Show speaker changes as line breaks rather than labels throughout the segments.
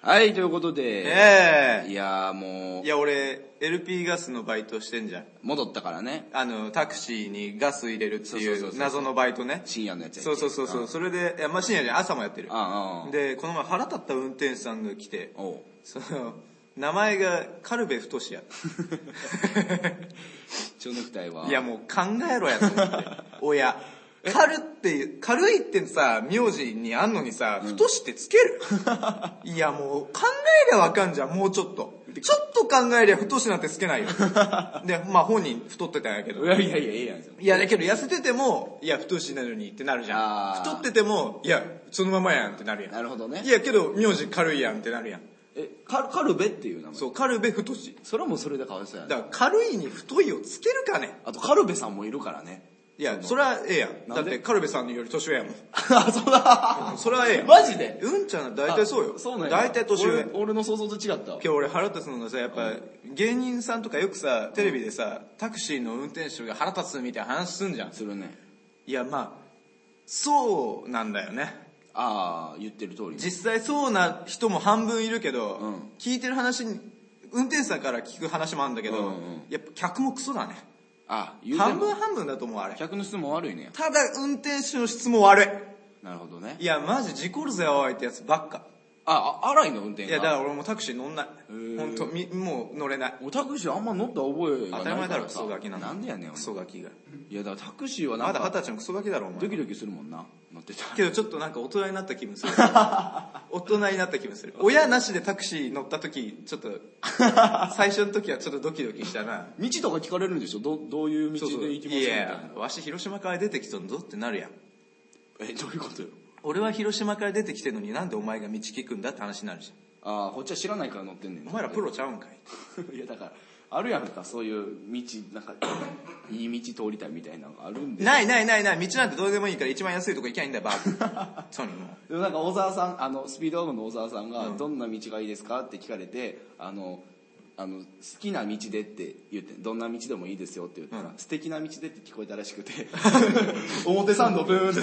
はい、ということで、い
え
やーも
え
う
い、や、俺、LP ガスのバイトしてんじゃん。
戻ったからね、
あの、タクシーにガス入れるって
そうそうそう
い
そうう
謎のバイトね。
深夜のやつや
そうそうそうそう。それで、いや、まあ、深夜じゃん。朝もやってる。
あああ
で、この前腹立った運転手さんが来て、
おう
その、名前が、カルベ太 志や。
蝶ネクタイはい
や、もう考えろやと思って。親。 軽っていう、軽いってさ、名字にあんのにさ、太しってつ けるいや、もう考えりゃわかんじゃん、もうちょっと。ちょっと考えりゃ太しなんてつけない よ。で、まあ本人太ってたんやけど
い。やいやいやいいやん
いや、だけど痩せてても、いや、太しなのにってなるじゃん
あ。ー
太ってても、いや、そのままやんってなるや
なるほどね
ん。いや、けど、名字軽いやんってなるやん。
えカルカルベっていう名前そ
そう、軽部太し。
れもそれでかわいそうや
だ
な
から、軽いに太いをつけるかね。
あとカルベさんもいるからね
いや、それはええやん。だ
な
っ
んで
て、軽部さんのより年上やもん。
あそうだ
それはええやん。
マジで
うんちゃんは大体そうよ。
あそうなんや
大体年上。
俺
今
俺の想像と違ったわ
日俺腹立つのがさ、やっぱ、芸人さんとかよくさ、テレビでさ、タクシーの運転手が腹立つみたいな話すんじゃん。
するね
いや、まあ、そうなんだよね。
ああ言ってる通り
実際そうな人も半分いるけど、
うん
聞いてる話に、運転手さんから聞く話もあるんだけど、
うんうん
やっぱ客もクソだね。
あ言うて
半
も
分半分だと思う、あれ。
客の質も悪いね
ただ、運転手の質も悪い。
なるほどね
いや、マジ事故るぜ、おいってやつばっか。
ああ荒いの運転
い
が
や、だから俺もうタクシー乗んない。
ー
ほんと、みもう乗れない。
おタクシーあんま乗った覚えがないか
当たり前
ら
だ
さ
ろ、クソガキなの。
なんでやねん
ク
俺
ソガキが。
いやだからタクシーはな
ま
ん
だ
か
二十歳のクソガキだろ、お前
ド。キドキするもんな乗ってたら
けどちょっとなんか大人になった気分す る。大人になった気分する。 親なしでタクシー乗った時、ちょっと、 最初の時はちょっとドキドキしたな。
道とか聞かれるんでしょどどういう道
そうそう。
で行きますかみ
い
たいな
や、わし広島から出てきとんぞってなるやん。
えどういうことよ
俺は広島から出てきてんのになんでお前が道聞くんだって話になるじ
ああこっちは知らないから乗ってんねん
ゃん。お前らプロちゃうんかい。
いやだからあるやんかそういう道なんかいい道通りたいみたいなのがあるんで
ないないないない、道なんてどうでもいいから一番安いとこ行きゃいいんだよ、バ ーそうにもう。
でもなんか小沢さんあのスピードワゴンの小沢さんが「どんな道がいいですか?」って聞かれて「あのあの好きな道で」って言って「どんな道でもいいですよ」って言ったら「素敵な道で」って聞こえたらしくて 表参道ブーンって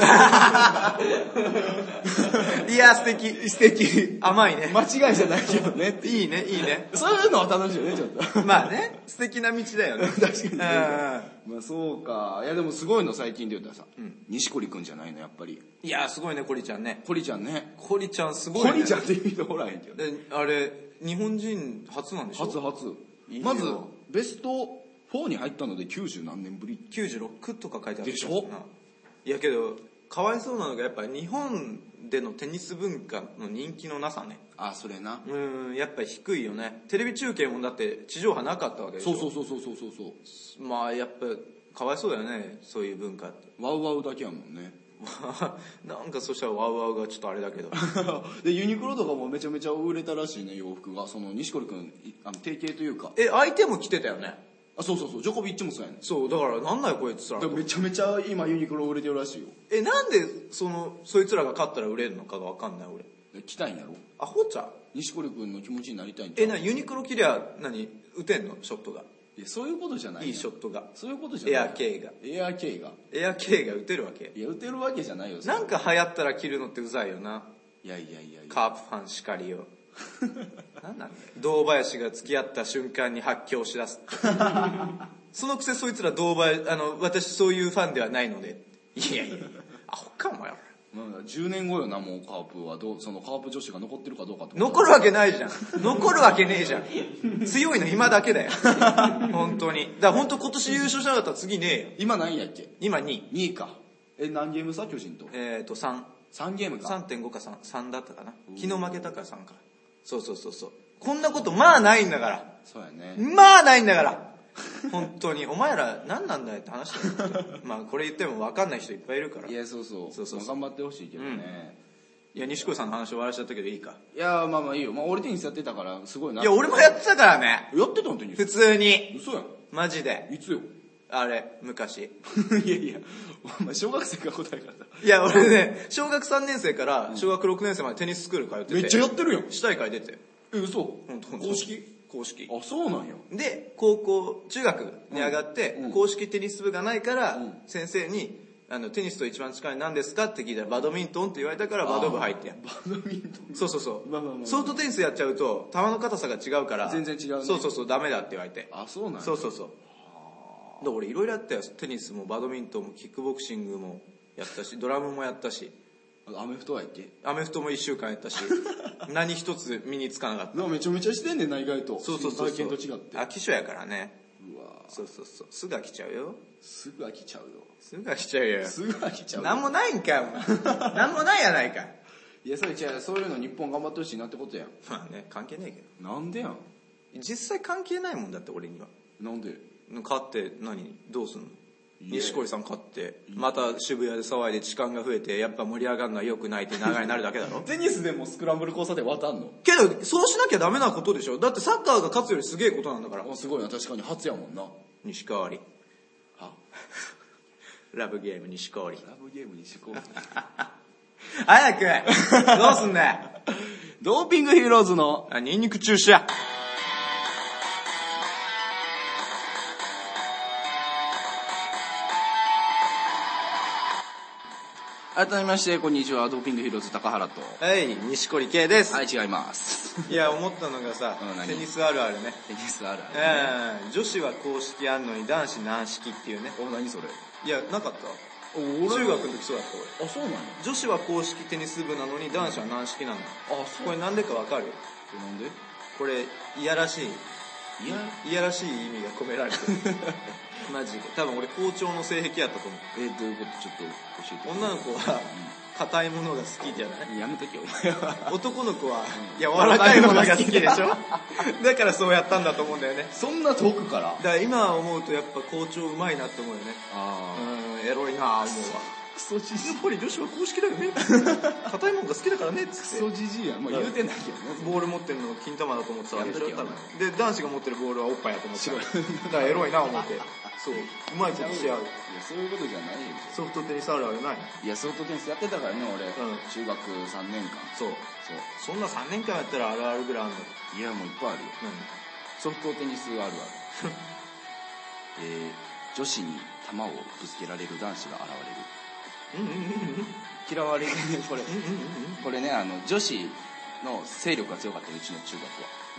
いや、素敵。素敵。甘いね。
間違いじゃないけどねって
いいね、いいね。
そういうのは楽しいよねちょっと
まあね、素敵な道だよね。
確
か
まあそうかいやでもすごいの最近で言ったらさ錦織君じゃないのやっぱり
に。いや、すごいね、コリちゃんね。
堀ちゃんね
コリちゃんすごいね。
堀ちゃんって意味でおらへんけど
であれ、日本人初なんでしょ
初初
いいよ
まずベスト4に入ったので90何年ぶり
?96 とか書いてある。
でしょ
うんいやけど、かわいそうなのがやっぱ日本でのテニス文化の人気のなさね。
あそれな
うーん、やっぱ低いよね。テレビ中継もだって地上波なかったわけでし
そ
ょ。
うそうそうそうそうそうそ
まあやっぱ、かわいそうだよね、そういう文化って。
うワウワウだけやもんね
なんかそしたらワウワウがちょっとあれだけど。
でユニクロとかもめちゃめちゃ売れたらしいね洋服がその錦織君いあの提携というか
え、相手も来てたよね。
あそうそうそうジョコビッチもそうやねん
そう、だからなんだよこいつら
だ。からめちゃめちゃ今ユニクロ売れてるらしいよ
え、なんで、その、そいつらが勝ったら売れるのかがわかんない俺。
で来たいんやろ
アホちゃん
錦織君の気持ちになりたいんちゃ
え、
う
な、ユニクロ切りゃ、何、打てんのショットが。
いやそういうことじゃない
い
ねん
いショットが。
そういうことじ
エ
ゃ
ア
ない
K が。
エアー K が
エア K が打てるわけ。
いや打てるわけじゃないよ
なんか流行ったら着るのってうざいよな。
いやいやいやいや
カープファンしかりよ。なんなんだよ。堂林が付き合った瞬間に発狂しだすって。そのくせそいつら堂林、あの、私そういうファンではないので。いやいや、アホかもよ。
なんだ10年後よなもうカープはどうそのカープ女子が残ってるかどうかってこと
残るわけないじゃん。残るわけねえじゃん。強いの今だけだよ。本当に。だから本当今年優勝しなかったら次ねえよ。
今何位やっけ
今2位。
2位かえ何ゲーム差巨人と
えっ、と3。
3ゲームか
3.5か3。3だったかな。昨日負けたから3か。そうそうそうそう。こんなことまあないんだから。
そうやね
まあないんだから。本当に。お前ら何なんだよって話だよ。まあこれ言っても分かんない人いっぱいいるから。
い
い
やそうそう
そうそうそう
まあ頑張ってほしいけどね、
や、西子さんの話終わらしちゃったけどいいか。
いやまあまあいいよ、まあ、俺テニスやってたからすごいない
や、俺もやってたからね。
やってたのテニ
普
ス
通に。
嘘やん
マジで。
いつよ
あれ、昔。
いやいやお前小学生が答えからだ
いや、俺ね、小学3年生から小学6年生までテニススクール通ってて。
めっちゃやってるやん
市大会出て。
え嘘
ほんとほんと
公式
公式。
あそうなんや
で、高校、中学に上がって、
うん
公式テニス部がないから、
うん
先生に、あの、テニスと一番近い何ですかって聞いたら、バドミントンって言われたからバド部入ってやん。
バドミントン
そうそうそう。
まあまあまあまあ
ソフトテニスやっちゃうと、球の硬さが違うから。
全然違うね
そうそうそう、ダメだって言われて。
あそうなんや
そうそうそう。で、俺いろいろやったよ。テニスもバドミントンもキックボクシングもやったし、ドラムもやったし、
アメフトはやっけ
アメフトも一週間やった し、何一つ身につかなかった。
なんかめちゃめちゃしてんねんな意外と
そうそうそうそう。
体験と違って
飽き性やからね。
うわ
そうそうそう。すぐ飽きちゃうよ。
すぐ飽きちゃうよ
すぐ飽きちゃ うよ。
すぐ飽きちゃうよ
なんもないんかい、お前。 なんもないやないかい。
いやそれ違うそういうの日本頑張ってほしいなってことやん
まあね、関係ないけど。
なんでやん
実際関係ないもんだって俺には
なんで
勝って何どうすんの
いえ
錦織さん勝ってまた渋谷で騒いで時間が増えてやっぱ盛り上がるのは良くないって流れになるだけだ ろ
テニスでもスクランブル交差点渡んの
けどそうしなきゃダメなことでしょだってサッカーが勝つよりすげえことなんだから
あすごいな確かに初やもんな
西川織
あ
ラブゲーム西川織
ラブゲームにしこう
早くどうすんだよ
ドーピングヒーローズの
あニンニク注射
改めましてこんにちはドーピングヒーローズ高原と
はい錦織圭です、
はい違います
い、や思ったのがさ
うん何
テニスあるあるね
テニスあるある
うん女子は公式あんのに男子軟式っていうね
お何それ
いやなかった
俺
中学の時そうだった俺
あそうなんや
女子は公式テニス部なのに男子は軟式なの
あそう
これなんでかわかる
えなんで
これいやらしい
いや
いやらしい意味が込められてる マジで多分俺校長の性癖やったと思
えどういうことちょっと教えて
う女の子は硬いものが好きじゃない
やめとけお前は
男の子は
うん
柔らかいものが好きでしょだからそうやったんだと思うんだよね
そんな遠くから
だから今思うとやっぱ校長うまいなって思うよね
あ
うんエロいなぁ思うわ
クソじじ
やっぱり女子は公式だよ ね硬いものが好きだからねっ
ク
つって
ソじじいやんまあ言うてないけど ね
ボール持ってるのを金玉だと思ってたわけでしょ
やめ
多
とけ
分
よ
で男子が持ってるボールはおっぱいやと思ってた
白い
だからエロいな思って そううまいことし合
いや
う
そういうことじゃないよ
ソフトテニスあるあるない
いやソフトテニスやってたからね俺、
ん
中学3年間
そう
そう
そんな3年間やったらあるあるぐらいあるの
いやもういっぱいあるよソフトテニス あるあるえー、女子に球をぶつけられる男子が現
うんうんうんうん
れ
うんうんうん
る嫌われるこれこれねあの女子の勢力が強かったうちの中学は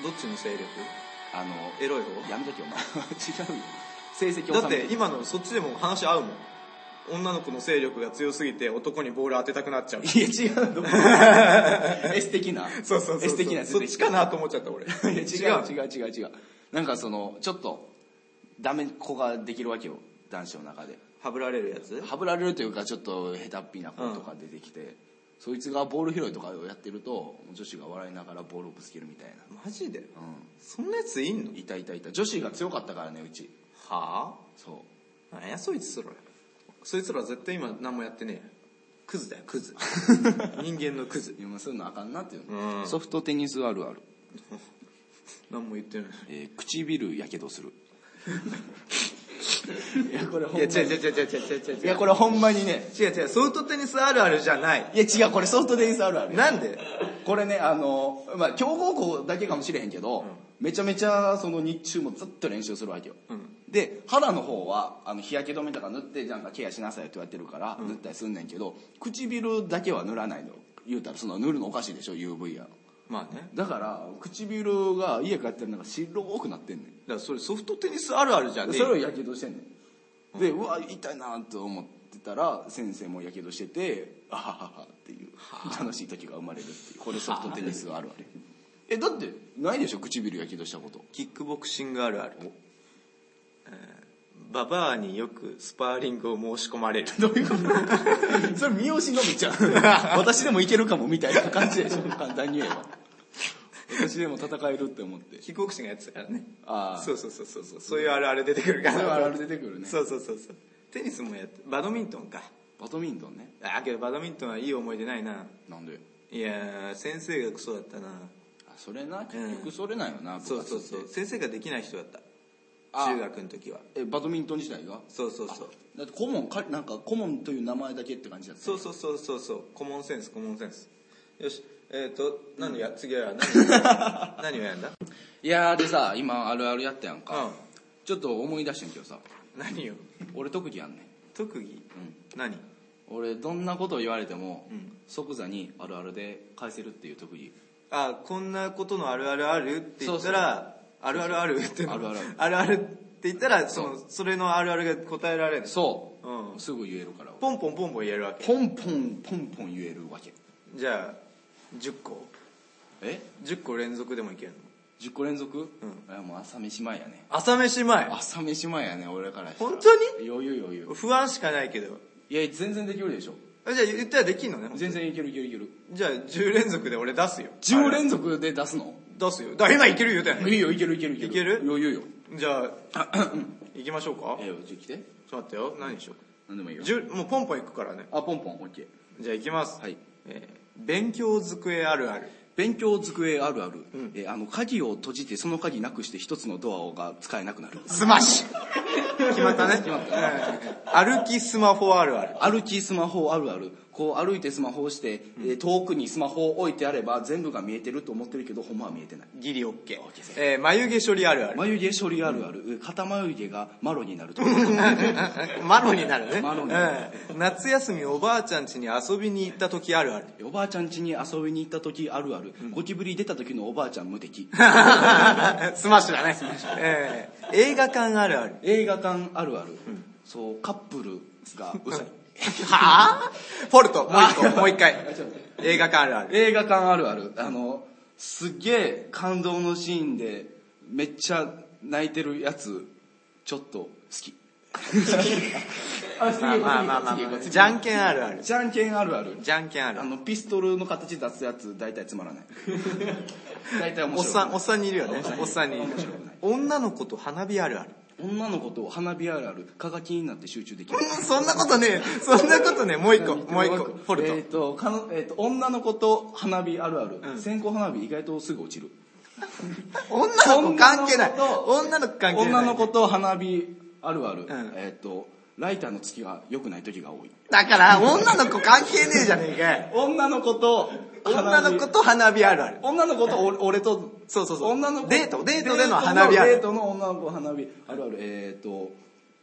どっちの勢力
あの
エロい
やめとけお前 違うよ成績
方
を
だって今のそっちでも話合うもん女の子の勢力が強すぎて男にボール当てたくなっちゃう
いや違 うと思うエス的な
そうそうそうそう
エス的なやつ
そっちかなと思っちゃった 俺
いや違う違う違う違うなんかそのちょっとダメっ子ができるわけよ男子の中で
はぶられるやつ
はぶられるというかちょっと下手っぴな子とか出てきて、そいつがボール拾いとかをやってると女子が笑いながらボールをぶつけるみたい
マジで
なう
そんなやついんの
んいたいたいた女子が強かったからねうち
はあ
そ
なんやそいつらそいつら絶対今何もやってねえクズだよク ズ人間のクズ
う今そういうのあかんなっていう
う
の
ん
ソフトテニスあるある、
何も言ってない
えー唇やけどす るいやこれほん
いや
ま
違う
に
違う違う違う違う違う
いやこれほんまにね
違う違うソフトテニスあるあるじゃない
いや違うこれソフトテニスあるあるよ
なんで
これねあのまあ強豪校だけかもしれへんけど、めちゃめちゃその日中もずっと練習するわけよ、
うん
で肌の方はあの日焼け止めとか塗ってなんかケアしなさいって言われてるから、塗ったりすんねんけど唇だけは塗らないの言うたらその塗るのおかしいでしょ UV やの
まあね
だから唇が家帰ったらなんか白くなってんねん
だからそれソフトテニスあるあるじゃねえ
それをやけどしてんねんでうわ痛いなと思ってたら先生もやけどしててあはははっていう楽しい時が生まれるっていうこれソフトテニスあるあるえだってないでしょ唇やけどしたこと
キックボクシングあるあるうんババアによくスパーリングを申し込まれる
どういうこと それ三好のみちゃん 私でもいけるかもみたいな感じでしょ簡単に言えば私でも戦えるって思って
キックボクシングやってたからね
ああ
そうそうそうそうそうそういうあるある出てくるから
それはあるある出てくるね
そうそうそうそうテニスもやってバドミントンか
バドミントンね
あけどバドミントンはいい思い出ないな
なんで
いやー先生がクソだったな
あそれな結局それなんよな、部活
そうそうそう先生ができない人だった
あ
中学の時は
えバドミントン自体が
そうそうそう
だって顧問かなんか顧問という名前だけって感じだった
そうそうそうそうそうコモンセンスコモンセンスよしえっ、ー、と何や次は何 何をやんだ
いやーでさ今あるあるやったやんか、
うん
ちょっと思い出してんけどさ
何を
俺特技やんねん
特技、何
俺どんなことを言われても、
うん
即座にあるあるで返せるっていう特技
あこんなことのあるあるあるって言ったらあるあるあるって
あるあるある
あるあるって言ったらそのそれのあるあるが答えられる
そう、
うん
すぐ言えるから
ポンポンポンポン言えるわけ
ポンポンポンポン言えるわけ
じゃあ10個
え
10個連続でもいけるの
10個連続、えもう朝飯前やね
朝飯前
朝飯前やね俺からしたら
本当に
余裕余裕
不安しかないけど
いや全然できるでしょ
あじゃあ言ったらできんのね
全然いけるいけるいける
じゃあ10連続で俺出すよ
10
あれ
連続で出すの
出すよだから今いける言うたやん
いいよいけるいけるいける
いける
余裕よ
じゃ あ行きましょうか
ええちょっと来て
ちょっと待ってよ何にしようか
何でもいいよ
じゅもうポンポンいくからね
あポンポンオッケー
じゃあ行きます、
はい
えー勉強机あるある
勉強机あるある、
ん
えーあの鍵を閉じてその鍵なくして一つのドアが使えなくなる
スマッシュ決まったね
決まった
うん歩きスマホあるある
歩きスマホあるあるこう歩いてスマホをして、えー遠くにスマホを置いてあれば全部が見えてると思ってるけどほんまは見えてない
ギリオッケー、えー眉毛処理あるある
眉毛処理あるある、片眉毛がマロになる とか
マロになるね
マロにな
うん夏休みおばあちゃん家に遊びに行った時あるあ る
おばあちゃん家に遊びに行った時あるある、ゴキブリ出た時のおばあちゃん無敵
スマッシュだねえー映画館あるある
映画館あるある、そうカップルがうざい
はぁフォルト、もう一個、もう一回。映画館あるある。
映画館あるあるあのすげえ感動のシーンでめっちゃ泣いてるやつちょっと好きあ次
まあまあまあまあ
次
まあ、
次
じゃんけんあるある。
じゃんけんあるある
じゃんけんある
あ。のピストルの形出すやつ大体つま らない大体面白い
おっさん、おっさんにいるよね。おっさんにいる
面白くない。
女の子と花火あるある。
女の子と花火あるある蚊が気になって集中できる
そんなことねえそんなことねえもう一個、もう一個。フォ
え
ル
っ、とかの、えーと女の子と花火あるある、
うん
線香花火意外とすぐ落ちる
ト。女の子関係ない。
女の子と
女の子関係ない。
女の子と花火あるある、
ん
えっ、とライターの月が良くない時が多い
だから、女の子関係ねえじゃねえかよ。
女の子と
女の子と花火あるある。
女の子と俺俺と
そうそうそう。
女の子
デート、デートでの花火あ
デー
る。
トの女の子花火あるあるえっ、と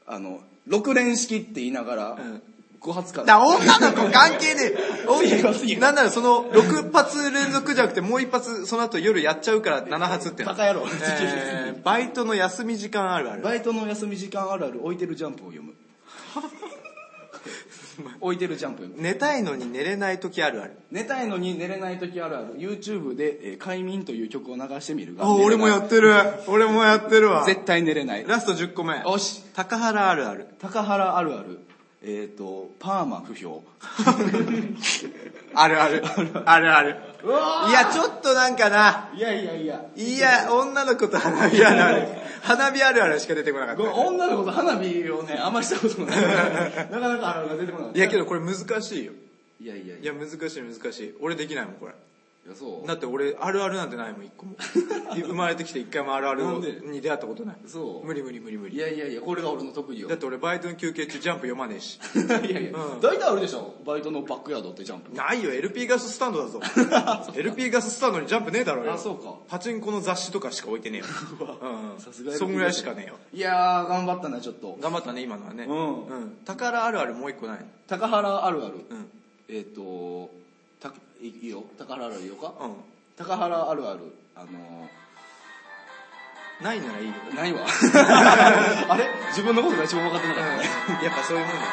あの6連式って言いながら、
ん
5発か
だから女の子関係ね
次行こう次行
え。
こう
なんならその6発連続じゃなくてもう1発その後夜やっちゃうから7発ってな
バカ野郎
えーバイトの休み時間あるある。
バイトの休み時間あるある置いてるジャンプを読 む置いてるジャンプを読む
寝たいのに寝れない時あるある。
寝たいのに寝れない時あるある YouTube で、えー快眠という曲を流してみるが
あ、俺もやってる。俺もやってるわ。
絶対寝れない
ラスト10個目。
よし
高原あるある。
高原あるあるえっ、とパーマ不 評
あるある。あるある。
うわ
いや、ちょっとなんかな。
いやいやいや
いや、女の子と花火あるある。花火あるあるしか出てこなかった
ごめ。ん女の子と花火をねあんまりしたことも ないなかなかあるあるが出てこない
いやけどこれ難しいよ。
いやいやい
いや、難しい難しい。俺できないもん、これ。
いやそう
だって俺あるあるなんてないもん一 個も生まれてきて一回もあるある
な
を
んで
に出会ったことない
そう
無理無理無理無
い
理
やいやいやこれが俺の特技よ
だって俺バイトの休憩中ジャンプ読まねえし
いやいや
うん
大体あるでしょバイトのバックヤードってジャンプ
ないよ LP ガススタンドだ ぞ LP ガススタンドにジャンプねえだろよ
あそうか
パチンコの雑誌とかしか置いて ねえよ、うん、
さすが
そんぐらいしかねえよ
いやー頑張ったなちょっと
頑張ったね今のはね
うん
うん、宝あるあるもう一個ない
高原あるある、
うん
えっ、とたいいいよ高原あるあるよか、
う
高原あるあるあの
んないならいいよ、
ー、ないわ あれ自分のことが一番分かってなかったね
やっぱそういうもんだよね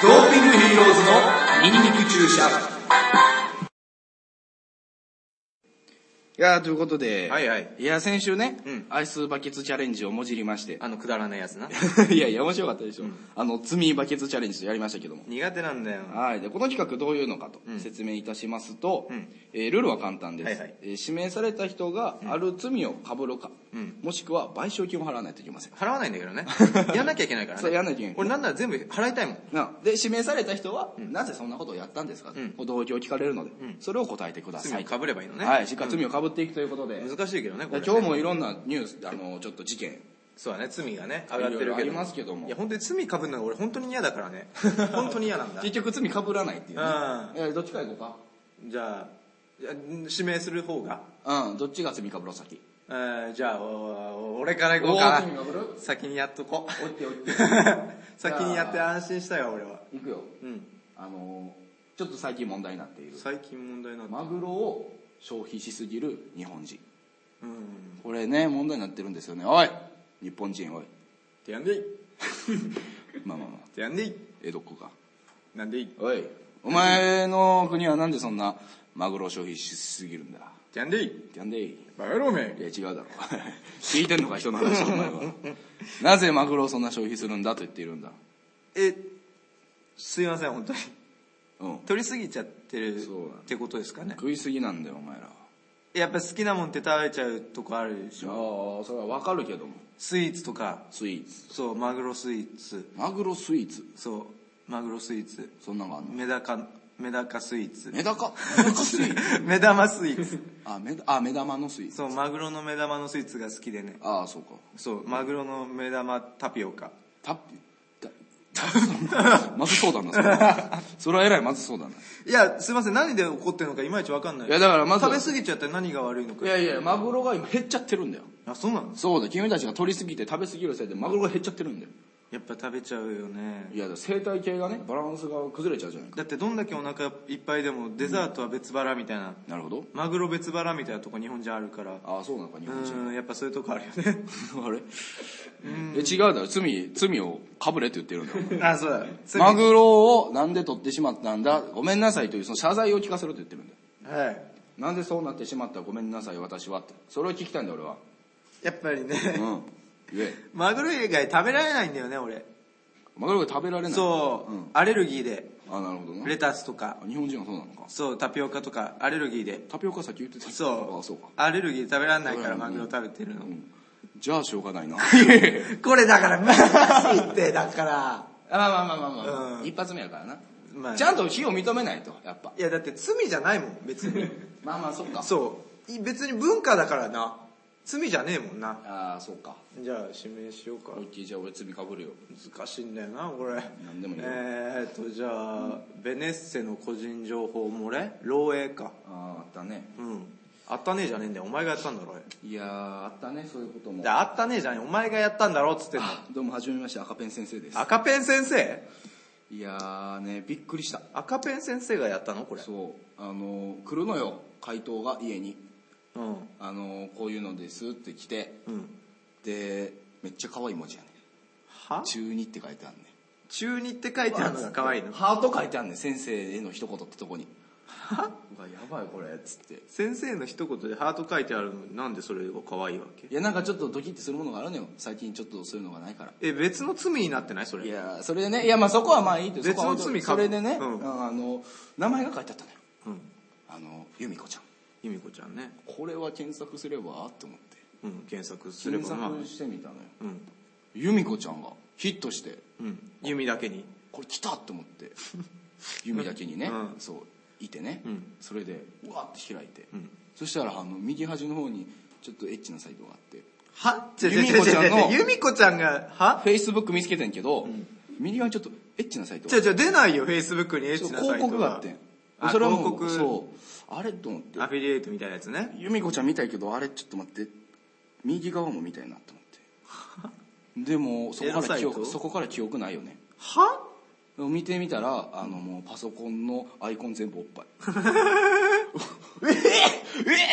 ドーピングヒーローズのミニ肉注射いやーということで、
はいはい
いや先週ね、
うん
アイスバケツチャレンジをもじりま して
あのくだらないやつな
いやいや面白かったでしょ、あの罪バケツチャレンジとやりましたけども
苦手なんだよ
はい、でこの企画どういうのかと
うん
説明いたしますと、
うん
えールールは簡単です、
はいはい
えー指名された人がある罪をかぶるか、
うん
もしくは賠償金を払わないといけません
払わないんだ けどねやんなきゃいけないからね
そうやんなきゃいけない
俺なんなら全部払いたいもん
なで指名された人は、なぜそんなことをやったんですかと、
うん
こう動機を聞かれるので、
ん
それを答えてくださ
罪
い
をかぶればいいのね、
はいしっかり罪をかぶっていくということで、で
難しいけどねこれね
今日もいろんなニュースあのちょっと事件
そうだね罪がね上が
い
ってる
ろい
け
ろ
ど
ありますけども
いや本当に罪かぶ るのが俺本当に嫌だからね本当に嫌なんだ
結局罪かぶらないっていうね
う
えーどっちからいこうか
じゃあ、じゃあ指名する方が
うん、どっちが蝉かぶろ先。
えーじゃあ、お俺から行こうか
おー君が俺
な。先にやっとこ。
おってお って。
先にやって安心したよ、俺は。
いくよ。
うん。
あのー、ちょっと最近問題になっている。
最近問題なんだ。
マグロを消費しすぎる日本人。
うん。
これね、問題になってるんですよね。おい日本人、おい。
てやんでい。
まあまあまあ、
てやんでい。
江戸っ子か。
なんでい。
おい。お前の国はなんでそんなマグロを消費しすぎるんだ。
てやんでい。
キャンデイ。
バカ野郎め
い。や違うだろ 聞いてんのか人の話お前は なぜマグロをそんな消費するんだと言っているんだ
え、すいません、本当に。
うん
取りすぎちゃってる
そうだ
ってことですかね。
食いすぎなんだよお前らあ
やっぱ好きなもんって食べちゃうとこあるでしょ。
あそれはわかるけども
スイーツとか、
スイーツ
そう、マグロスイーツ。
マグロスイーツ
そう、マグロスイーツ。
そんなのがあんの
メダカ、メダカスイー ツ。
メダカメダカスイーツ
目玉スイーツ。
あメダあ目玉のスイーツ
そう、マグロの目玉のスイーツが好きでね。
ああそうか
そう、マグロの目玉タピオカ。
タッピタタまずそうだなそれはそれはえらいまずそうだない
や、すいません、何で怒ってるのかいまいちわかんない。
いやだからまず
食べ過ぎちゃったら何が悪いのか。
いやいやマグロが今減っちゃってるんだよ
あ、そうなの
そうだ君たちが取りすぎて食べすぎるせいでマグロが減っちゃってるんだよ
やっぱ食べちゃうよね。
いやだから生態系がねバランスが崩れちゃうじゃないか
だってどんだけお腹いっぱいでもデザートは別腹みたいな。
なるほど
マグロ別腹みたいなとこ日本人あるから。
ああそうなのか日
う
本人
ーん、やっぱそういうとこあるよ ね。
あれえ違うだろ罪罪をかぶれって言ってるんだ よ
あ、そうだ。罪
マグロをなんで取ってしまったんだごめんなさいというその謝罪を聞かせろと言ってるんだよ
はい。
なんでそうなってしまったごめんなさい私はってそれを聞きたいんだよ俺は
やっぱりね、
うん言え
マグロ以外食べられないんだよね、俺。
マグロが食べられない
そう、
ん
アレルギーで。
あなるほどな
レタスとか、
日本人はそうなのか
そう、タピオカとか、アレルギーで。
タピオカ先言ってた
そう。
あそうか
アレルギーで食べられないからマグロ食べてるの。
うんじゃあしょうがないな
これだから、難しいって、だから。
まあまあまあまあまあ、
うん
一発目やからな、
まあ
ちゃんと非を認めないとやっぱ
いや、だって罪じゃないもん、別に。
まあまあそうか
そう。い別に文化だからな。罪じゃねえもんな。
ああそうか
じゃあ、指名しようか
オ。ッケーじゃあ俺罪かぶるよ
難しいんだよな、これ。
何でもいいよ
えーっと、じゃあ、ベネッセの個人情報漏れ漏洩か。
あああったね
うん。あったねえじゃねえんだよ。お前がやったんだろ。あれ
いやーあったねそういうことも
で、あったねえじゃねえ。お前がやったんだろっつってんの。
どうもはじめまして赤ペン先生です
赤ペン先生
いやーねびっくりした
赤ペン先生がやったのこれ。
そうあのー来るのよ回答が家に
うん。
あのーこういうのですって来て
うん。
でめっちゃ可愛い文字やね
は
中二って書いてあるね
中二って書いてあるのが可愛いの。
ハート書いてあるね先生への一言ってとこに うわやばいこれっつって
先生の一言でハート書いてあるのになんでそれが可愛いわけ
いやなんかちょっとドキッてするものがあるのよ最近ちょっとそういうのがないから
え、別の罪になってないそ
い
れ。
やそれでねいやまあそこはまあいいと
別の罪
そこは
か
そ
ぶ
れでね、
うん
うんあの名前が書いてあったのよ
うん。
あの由美子ちゃん
ゆみこちゃんね。
これは検索すればって思って
うん。検索すれ
検
ばまあ。
索してみたのよ
うん。
由美子ちゃんがヒットして
うん。ゆみだけに。
これ来たって思って 由美だけにね、
うん
そういてね、
うん
それでうわって開いて、
ん
そしたらあの右端の方にちょっとエッチなサイトがあって
は
違う
ゆみ
違う
こちゃ
違
ん
う違
の。
う
ゆみこちゃんが、は
フェイスブック見つけてんけど、右側にちょっとエッチなサイト
じゃじゃ出ないよ、Facebook にエッチなサ
広
イト
告があってん
あ
それはもう
広告
そうあれと思って
アフィリエイトみたいなやつね。
由美子ちゃん見たいけどあれちょっと待って右側も見たいなと思 ってでもそこ
エロ
か
サ
ら
イ
記
ト
憶そこから記憶ないよね
は
見てみたらあのもうパソコンのアイコン全部おっ ぱいええ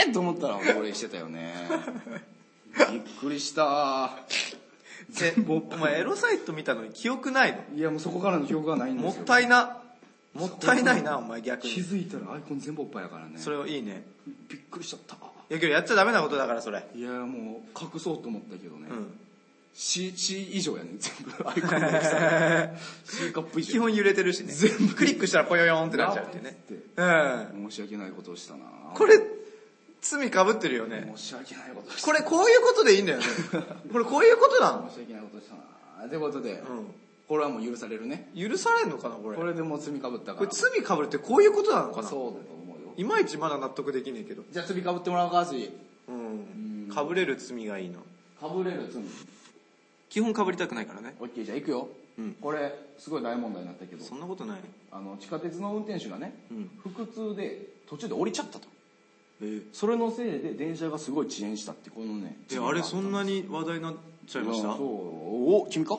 ええと思ったらこれしてたよねびっくりした
え、お前エロサイト見たのに記憶ないの
いやもうそこからの記憶がないん
も
で
っ
すよ
たいな。もったいないな、お前逆
気
に。
づいたらアイコン全部おっぱいやからね
それをいいね。
びっくりしちゃった
いやけどやっちゃダメなことだから、それ。
いやもう隠そうと思ったけどね、
うん。
C, C 以上やね全部アイコンの大きさが C カップ以上
基本揺れてるしね。全部クリックしたらぽよよんってなっちゃうっていうね。うん。
申し訳ないことをしたな
これ、罪被ってるよね。
申し訳ないことをした
これこういうことでいいんだ よね。これこういうことなの
申し訳ないことをしたなということで、
う
これはもう許されるね
ん。許されんのかな、これ。
こ
こ
れでもう罪かぶったか
れ
ら
罪被るってこういうことなのかな
そうだと思うよ
いまいちまだ納得できねえけど。
じゃあ罪かぶってもらおうかし
うん。被れる罪がいいの。
かぶれる罪
基本被りたくないからね。
オッケーじゃあ行くよ、
うん
これすごい大問題になったけど
そんなことない。
あの地下鉄の運転手がね、
うん
腹痛で途中で降りちゃったと
えー
それのせいで電車がすごい遅延したってこのね
え、あれそんなに話題になっちゃいました
うんそうお君 か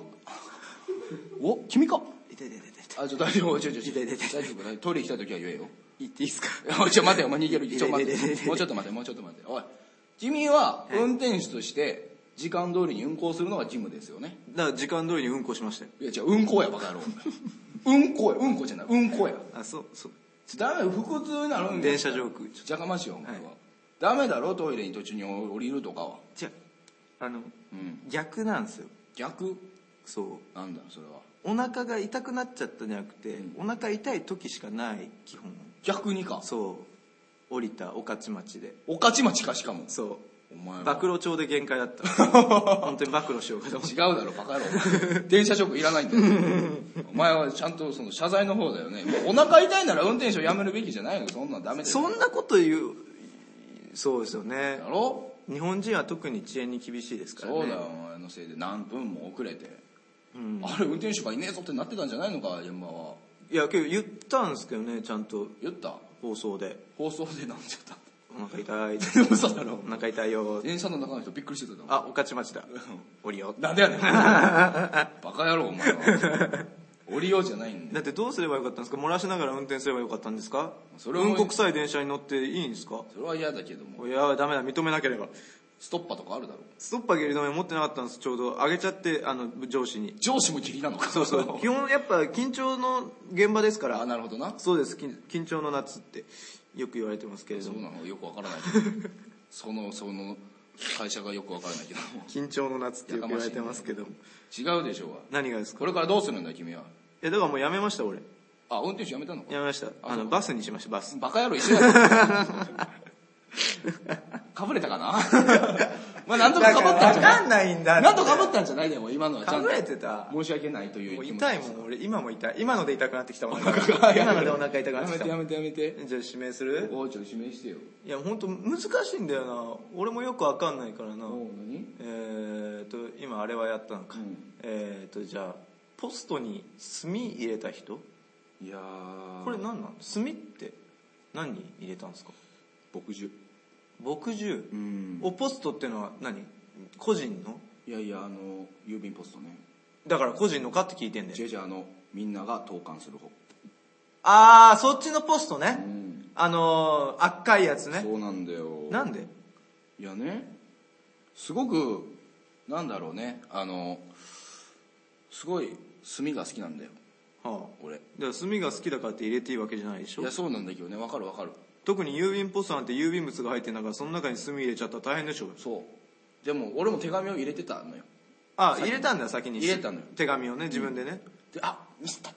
お君か
痛い痛い痛い痛い。
あ、ちょ、大丈夫、ちょ、ちょ、ちょ、
痛い
大
痛い痛い
丈夫、大丈夫トイレ行きたい時は言えよ。
言っていいですか
おい ちょ、待てよ、お前逃げる。ちょ、待
痛い痛い
て
痛い
よ。もうちょっと待て、もうちょっと待て。おい、君は運転手として、時間通りに運行するのが義務ですよね。
だから時間通りにうんこしましたよ。
いや、違う、運行や、バカ野 郎。運行や、運行じゃない、運行や。
あ、そう、そう。
ダメよ、腹痛になるんだよ
電車ジョーク。ちょ
じゃかましいよ、お前は
はい。
ダメだろ、トイレに途中に降りるとかは。
じゃあ、あの、
うん。
逆なんですよ。
逆
そう。
なんだよ、それは。
お腹が痛くなっちゃったんじゃなくて、お腹痛い時しかない、基本。
逆にか。
そう。降りた、御徒町で。
おかちまちか、しかも。
そ
お前
う。
は。
暴露帳で限界だった。 本当に暴露しようかと思っ
違
て。
うだろバカ野郎電車ショックいらないんだよお前はちゃんとその謝罪の方だよねもうお腹痛いなら運転手をやめるべきじゃないのそんなんダメだよ
そんなこと言う、そうですよね
だ。ろ
日本人は特に遅延に厳しいですからね。
そうだよお前のせいで何分も遅れて、
うん
あれ運転手がいねえぞってなってたんじゃないのか現場はい
や、今日言ったんですけどね、ちゃんと
言った
放送で。
放送でなんちゃっ
お腹痛い。
た嘘だろ
お腹痛いよ。
電車の中の人びっくりしてたよ
あ、おかち町だ。降りよう。
なんでや ねんバカ野郎お前は降りようじゃないんだよ
だってどうすればよかったんですか漏らしながら運転すればよかったんですか
それは
うんこ臭い電車に乗っていいんですか
それは嫌だけども
いや、ダメだ、認めなければ。
ストッパーとかあるだろ
ストッパー下痢止め持ってなかったんです、ちょうど。あげちゃって、あの、上司に。
上司も霧なのか
そうそう。基本やっぱ緊張の現場ですか
あ
ら。
なるほどな
そうです、緊緊張の夏ってよく言われてますけれど
そう
も。
なのよくわからないけ どそのその会社がよくわからないけ
緊張の夏ってよく言われてますけども。
ども違うでしょうが
何がですか
これからどうするんだ君はい
や、だからもうやめました、俺。
あ運転手やめたのか
やめました。あの、バスにしました、バス。
バカ野郎一緒 だよかぶれたかなまあ何とかかぶったんじゃない
んないんだ
何とかぶったんじゃないでも今のはちゃんと
かぶれてた。
申し訳ないという
もう
気持ち
痛いもん、俺。今も痛い。今ので痛くなってきたもん。今
が
のでお腹痛くな
やめ
ってきた
て。やめてやめて
じゃあ指名する
おうちょ指名してよ
いや、ほんと難しいんだよな。俺もよくわかんないからな。
おう何
えーと、今あれはやったのか。
うん
えーと、じゃあ、ポストに炭入れた人
いやー
これ何なの炭って何に入れたんですか
牧汁
墨汁
うん
をポストってのは何個人の
いやいやあの郵便ポストね
だから個人のかって聞いてんだ
じ
よ。
ゃじゃあのみんなが投函する方
あー、そっちのポストね。
うん
あのー、赤いやつね。
そうなんだよ
なんで
いやねすごくなんだろうねあのすごい炭が好きなんだよ
はあ。
俺
で炭が好きだからって入れていいわけじゃないでし
い
ょ
やそうなんだけどねわかるわかる
特に郵便ポストなんて郵便物が入ってんだからその中に炭入れちゃったら大変でしょ
そうでも俺も手紙を入れてたのよ
あ入れたんだ先に
入れたのよ
手紙をね自分でね
であミスったと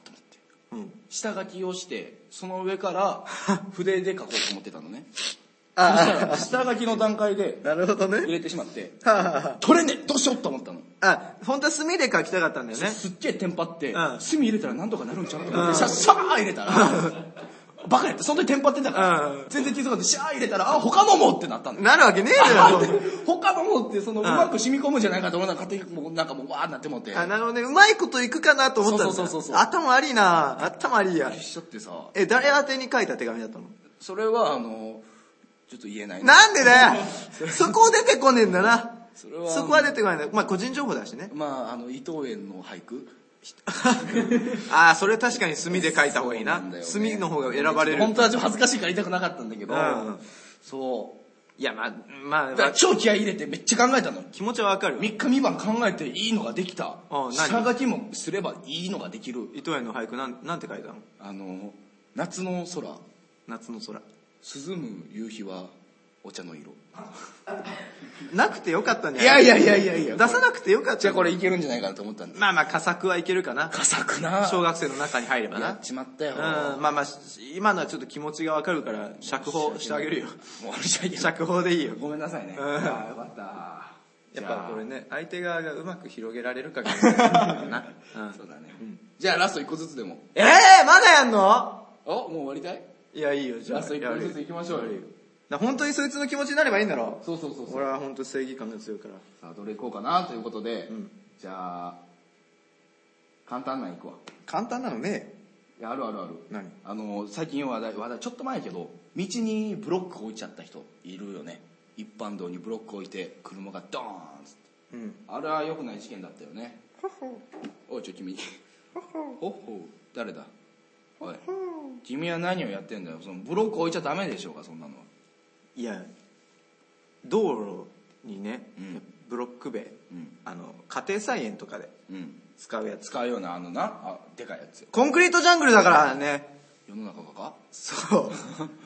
思って
うん
下書きをしてその上から 筆で書こうと思ってたのねそし
あ
たら下書きの段階で
なるほど
入
ね
れてしまって
はあは
取れねえどうしようと思ったの
ああ本当は炭で書きたかったんだよね
すっげえテンパって、
ん
炭入れたらなんとかなるんちゃうと思って、シャッシャー入れたら、バカやって、そんなにテンパってたから
うん、
全然気づかず、シャー入れたら、あ、他のもってなったんだよ。
なるわけねえだろ
他のもって、その、うまく染み込むんじゃないかと思うのが勝手にもう、なんかもう、わーってなってもって、
あなるほどねうまいこといくかなと思ったんだ
そうそうそうそう
頭ありな頭ありや
しちゃってさ、
え誰宛てに書いた手紙だったの
それは、あの、ちょっと言えないな。
なんでだよそこ出てこねえんだな
それは
そこは出てこないんだまあ個人情報だ しね
まあ、あの、伊藤園の俳句。
ああそれ確かに炭で書いた方がいいな
そうだよね
炭の方が選ばれる
本当はちょっと恥ずかしいから言いたくなかったんだけど
うん、
そう。
いやまあまあ、
だ
ま
か
あ
ら、超気合い入れてめっちゃ考えたの。
気持ちはわかる
3日三晩考えていいのができた
何
下書きもすればいいのができる
伊藤園の俳句なんなんて書いたの
あの夏の空
夏の空
涼む夕日はお茶の色
なくてよかったんじ
い
ゃな
や
い
いやいやいやいや
出さなくてよかった
じゃあこれいけるんじゃないかなと思ったんで
まあまあ佳作はいけるかな
佳作な
小学生の中に入れば
や
な
っちまったよ
うんまあまあ今のはちょっと気持ちがわかるから釈放してあげるよ
もう申し訳ない
釈放でいいよ
ごめんなさいね
うん
ああよかった
やっ
じゃ
ぱ
あ
これね相手側がうまく広げられるかが なうん
そうだねじゃあラスト1個ずつでも
ええまだやんの
おもう終わりたい
いやいいよじゃ
ラ
あ
スト1個ずつ
だ
いきましょうよ
から本当にそいつの気持ちになればいいんだろ
そうそうそうそう
俺は本当正義感が強いから
さあどれいこうかなということで、じゃあ簡単なんいくわ
簡単なのね。
いやあるあるある
何
あの最近話題話題ちょっと前やけど道にブロック置いちゃった人いるよね一般道にブロック置いて車がドーンっつって
うん。
あれは良くない事件だったよねおいちょ君ほっほ誰だおい君は何をやってんだよそのブロック置いちゃダメでしょうかそんなのはい
や、道路にね、
うん
ブロック塀、
うん
あの、家庭菜園とかで
うん
使うやつ。
使うようなあのなあでかいやつ
コンクリートジャングルだからね。
世の中がか
そう。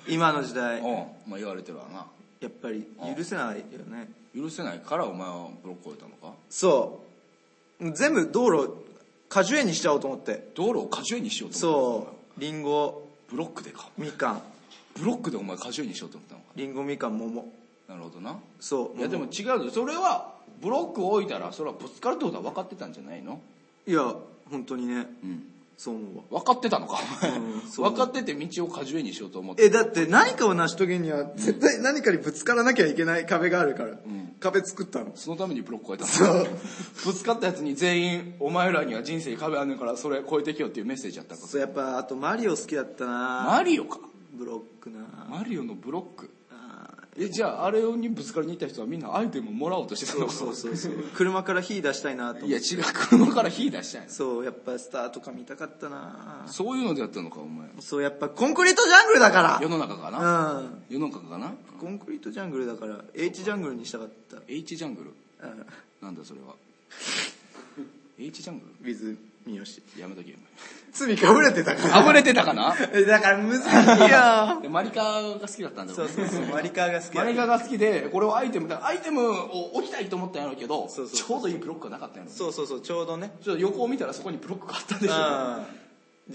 今の時代
う、んまあ言われてるわな
やっぱり許せないよね。
許せないからお前はブロック置いたのか
そう。全部道路、果樹園にしちゃおうと思って。
道路を果樹園にしようと思ったのか
そう。リンゴ、
ブロックでか
みかん。
ブロックでお前果樹園にしようと思ったのか
リンゴ、みかん、桃。
なるほどな
そう。
いやでも
桃
違うぞそれはブロックを置いたらそれはぶつかるってことは分かってたんじゃないの
いや、本当にね、
うん
そう思うわ。
分かってたのかお前
うんそう
分かってて道を果樹園にしようと思って
え、だって何かを成し遂げるには、絶対何かにぶつからなきゃいけない壁があるから。壁作ったの。
そのためにブロックを置いたのかぶつかったやつに全員お前らには人生壁あんねんからそれ超えてきよっていうメッセージやったか
そう、やっぱ、あとマリオ好きだったな
マリオか
ブロックな
マリオのブロック
あー
えじゃああれにぶつかりに行った人はみんなアイテムもらおうとしてたの
そう
か
そうそうそう。 車から火出したいなと
い
思
や
って。
違う車から火出したんや
そう、やっぱスターとか見たかったな
そういうのでやったのかお前
そう、やっぱコンクリートジャングルだか
世の中がな
らうん。
世の中がな
コンクリートジャングルだから、H ジャングルにしたか った。
H ジャングル
うん。
なんだそれは H ジャング
with 三好。
ルやめとけよ
罪かぶれてた
お
か
前 あぶれてたかな
ら。だから難しいよ。
でマリカが好きだったんだ
そ
ろ
う
ね
そうそう、マリカーが好き
マ
だ
リカが好きでこれをアイテムだアイテムを置きたいと思ったんやろうけど
そうそう
ちょうどいいブロックがなかったんやろ
そうそうそう、ちょうどね。
ちょっと横を見たらそこにブロックがあったん
う
で
ん。
し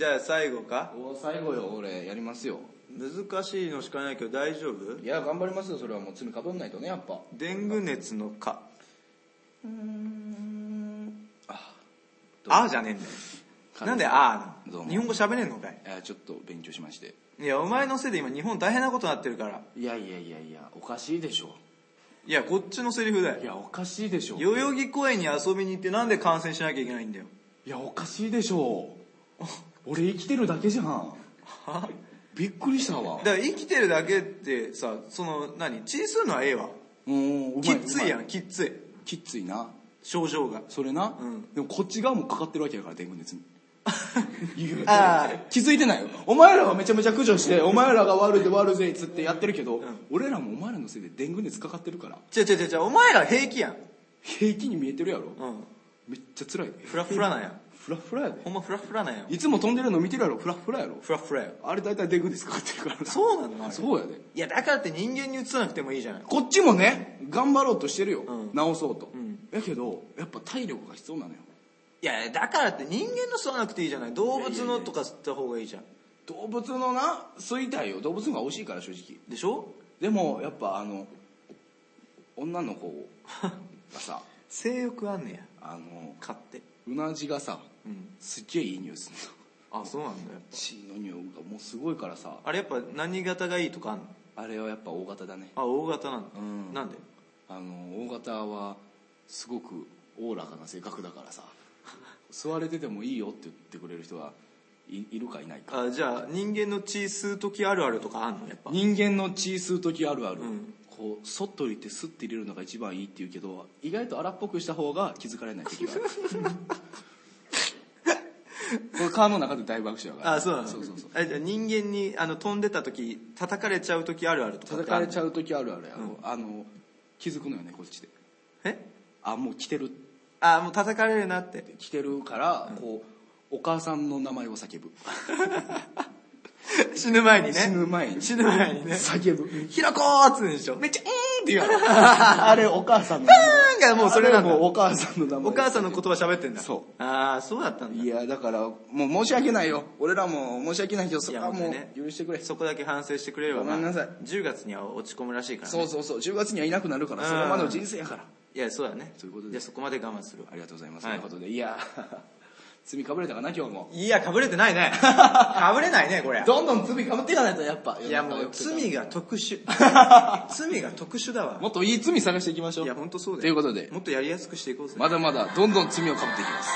じ
ょ
ゃあ最後か
お最後よ俺やりますよ
難しいのしかないけど大丈夫
いや頑張りますよそれはもう罪かぶんないとねやっぱ
デング熱の蚊。
あ
あーじゃねえんだよ。なんであー
どう
なの
も
日本語喋れんのかい
いやちょっと勉強しまして
いや、お前のせいで今日本大変なことになってるから。
いやいやいやいやおかしいでしょ
いや、こっちのセリフだよ
い。やおかしいでしょ
代々木公園に遊びに行ってなんで感染しなきゃいけないんだよ。
いやおかしいでしょ 俺生きてるだけじゃん
は
びっくりしたわ
だから生きてるだけってさ、その、何血吸うのはええわ。
うんうま
きっついや、
うん
きっつい。
まきっついな
症状が。
それな、
うん
でもこっち側もかかってるわけやから伝言熱に 言う
あ
気づいてないよお前らはめちゃめちゃ駆除してお前らが悪いで悪いぜっつってやってるけど、俺らもお前らのせいで伝言熱かかってるから
違う違う違う違う、お前ら平気やん。
平気に見えてるやろ、
うん。
めっちゃ辛い
フラフラなんや。
フラフラやで
ほんまフラフラなんや。
いつも飛んでるの見てるやろフラフラやろ
フラフラよ。
あれ大体伝言熱かかってるからな
そうなのあれ
そうやで
いや、だからって人間に移さなくてもいいじゃない。
こっちもね頑張ろうとしてるよ、
うん
直そうと、
ん
やけどやっぱ体力が必要なのよ
いや、だからって人間の吸わなくていいじゃない。動物のとか吸った方がいいじゃん。
動物のな吸いたいよ動物の方が美味しいから正直
でしょ
でもやっぱあの女の子 がさ
性欲あんねや。
あの
買って。
うなじがさ
うん。
すっげえいい匂いするの
あ、そうなんだよ。
血の匂いがもうすごいからさ
あれやっぱ何型がいいとかあんの
あれはやっぱ大型だね
あ、大型なんだ。
うん
なんで
あの大型はすごくおおらかな性格だからさ 座れててもいいよって言ってくれる人はいいるかいないか
あ、じゃあ人間の血吸う時あるあるとかあんのやっぱ。
人間の血吸う時あるある、
うん
こうそっと入れてスッて入れるのが一番いいって言うけど意外と荒っぽくした方が気づかれない時があ るこれ川の中で大爆笑やから
あ、そうなの
そうそうそう
あじゃあ人間にあの飛んでた時、叩かれちゃう時あるあるとかってあん
叩かれ
の。
ちゃう時あるあるやろ、あの気づくのよねこっちで
え
あもう来てる
あ、もう叩かれるなって。
来てるから、こうお母さんの名前を叫ぶ
死ぬ前にね。
死ぬ前に
死ぬ前にね。
叫ぶ
ひろこーっつうんでしょ。めっちゃ、うーんって言うやろ。
あれお母さんの名
うーんがもうそれなんだ
あもうお母さんの名前
お母さんの言葉喋ってんだ。。
そう
ああ、そうだったんだ。
いやだからもう申し訳ないよ俺らも申し訳ないけどそこはも
いや本当
う許してくれ、
そこだけ反省してくれれば
ごめんなさい
10月には落ち込むらしいから、ね。
そうそうそう10月にはいなくなるからそれまでの人生やから
いや、そうだね。
そういうことで
じゃあそこまで我慢するわ
あ。りがとうございます、
はい
ということでいやー 罪かぶれたかな今日も
いや、被れてない ね。被れないね、これ。
どんどん罪かぶっていかないとやっぱ
いや、も
世の中はよ
う、
くて
罪が特 殊。罪が特殊だわ。
もっといい罪探していきましょう
いや、ほんとそうだよ。
ということで
もっとやりやすくしていこ うぜ。
まだまだどんどん罪をかぶっていきます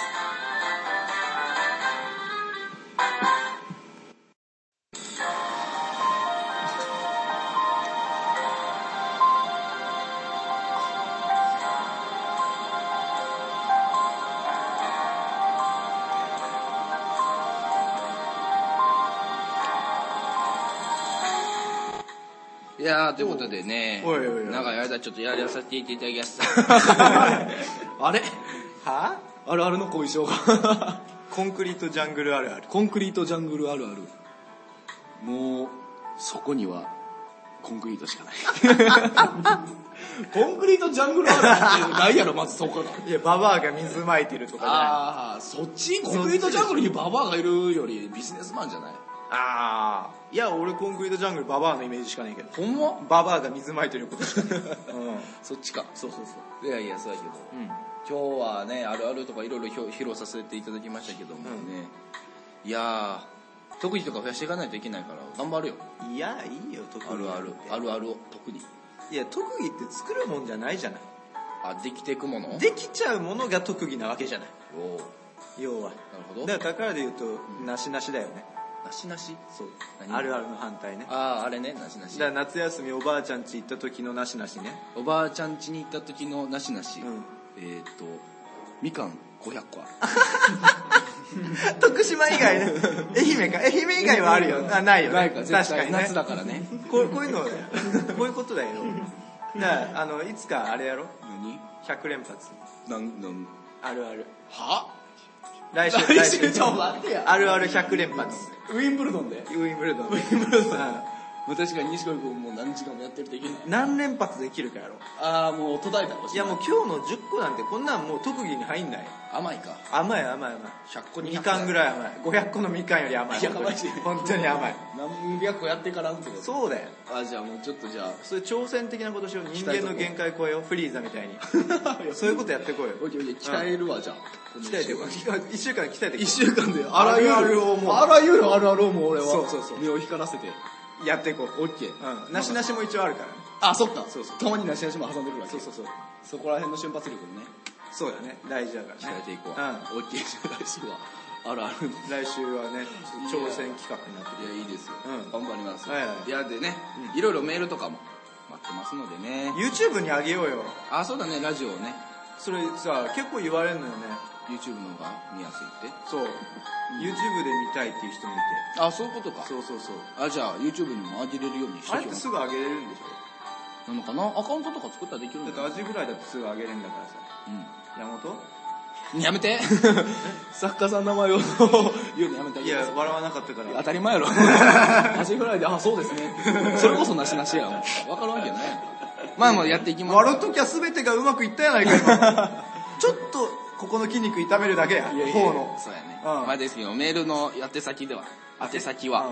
いやーということでね
おいおいおい
長い間ちょっとやらさせていただきました あれ
は
あるあるの後遺症が
コンクリートジャングルあるある。
コンクリートジャングルあるあるもうそこにはコンクリートしかないコンクリートジャングルあるあるってないやろまずそこが
いや、ババアが水まいてるとかじゃない。
ああそっちコンクリートジャングルにババアがいるよりビジネスマンじゃない
あーいや俺コンクリートジャングルババアのイメージしかねえけど
ほんま
ババアが水まいてることしかねえ、うん、
そっちか
そうそうそう
いやいやそうやけど
うん
今日はねあるあるとかいろいろ披露させていただきましたけどもね、いやー特技とか増やしていかないといけないから頑張るよ
いやいいよ特技
あるあるあるあるを特に
いや特技って作るもんじゃないじゃない
あできていくもの
できちゃうものが特技なわけじゃない
おおなる
要は
ほど
だから宝で言うと、なしなしだよね
なしなし
そう
何
あるあるの反対ねだか
あああれねなしなし
ら夏休みおばあちゃん家行った時のなしなしね
おばあちゃん家に行った時のなしなし、
うん
えっ、とみかん500個ある
徳島以外 ね愛媛か愛媛以外はあるよあないよね
ないか絶対
確かにね
夏だからね
こうこういうのだよこういうことだよだからあのいつかあれやろ
何
100連発
なんなん
あるある
は
来週
来週ちょ待ってや
あるある100連発
ウィンブルドンで
ウィンブルドンウィンブルドン
確かに西堀君もう何時間もやってるといけない
何連発できるかやろ
ああもう途絶えたかもし
い
れ
や
ない
もう今日の10個なんてこんなんもう特技に入んない
甘いか
甘い甘い甘い
100個
みかんぐ
い
らい甘い500個のみかんより甘い
いやマジで
本当に甘い
何百個やってからんってこと
そうだよ
あじゃあもうちょっとじゃあ
それ挑戦的なことしよう人間の限界超えようフリーザみたいに そう いうことやってこうよ
おいおい鍛えるわじゃあ
鍛えてこう1週間鍛えてこ
一週間であらゆる
あるあるをもう
あらゆるあるあるをもう俺は
そうそうそう
身を光らせて
うやっていこう
オッケー
うん、なしなしも一応あるからね
あそっかそうそうたまになしなしも挟んでくるわけ
そうそうそう
そこら辺の瞬発力もね
そうだね大事だからね
鍛えていこうオッケー じゃあ来週はあるある
うん、来週はねちょっと挑戦企画になって
いやいいですよ
うん
頑張ります
はいはい
いやでねいろいろメールとかも待ってますのでね
る YouTube にあげようよ
あそうだねラジオをね
それさ結構言われるのよね
YouTube の方が見やすいって
そう YouTube で見たいっていう人もい
あそういうことか
てそうそうそう
あじゃあ YouTube にもあげれるようにし
あ
と
れっ
き
て
ます
すぐあげれるんでし
なのかなアカウントとか作ったらできる
ょ
ん
だっ
だ
てアジフライだってすぐあげれるんだからさ
うん
山本
やめ て作家さんの名前を言うのやめてあ
い
げて
や笑わなかったから
当たり前や ろアジフライであそうですねそれこそなしなしやん分かるわけないやんまあまあやっていきます
笑うときは全てがうまくいったやないか 今ちょっとここの筋肉痛めるだけや
いやいや
頬の
そうやね、
ん
まあですけどメールの宛先では宛先は、
うん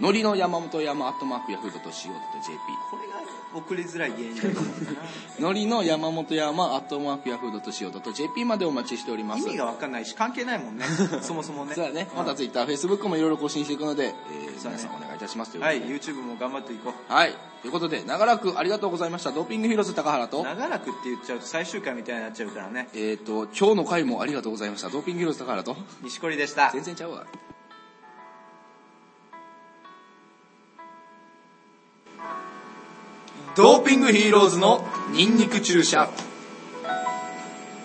のりの山本山アットマークヤフードと CO.jp
これが送りづらい原因だと思うんだな
のりの山本山アットマークヤフードと CO.jp までお待ちしております
意味が分かんないし関係ないも んねそもそもね
そうだね、
ん
また TwitterFacebook もいろいろ更新していくので、えー
そうだ
皆
ね
さんお願いいたしますということ
は
で
い YouTube も頑張っていこ
はい。ということで、長らくありがとうございました。ドーピング広瀬高原
う
と、
長らくって言っちゃうと最終回みたいになっちゃうからね
えっ、と、今日の回もありがとうございました。ドーピング広瀬高原と、
錦織でした
全然ちゃうわ。
ドーピングヒーローズのニンニク注射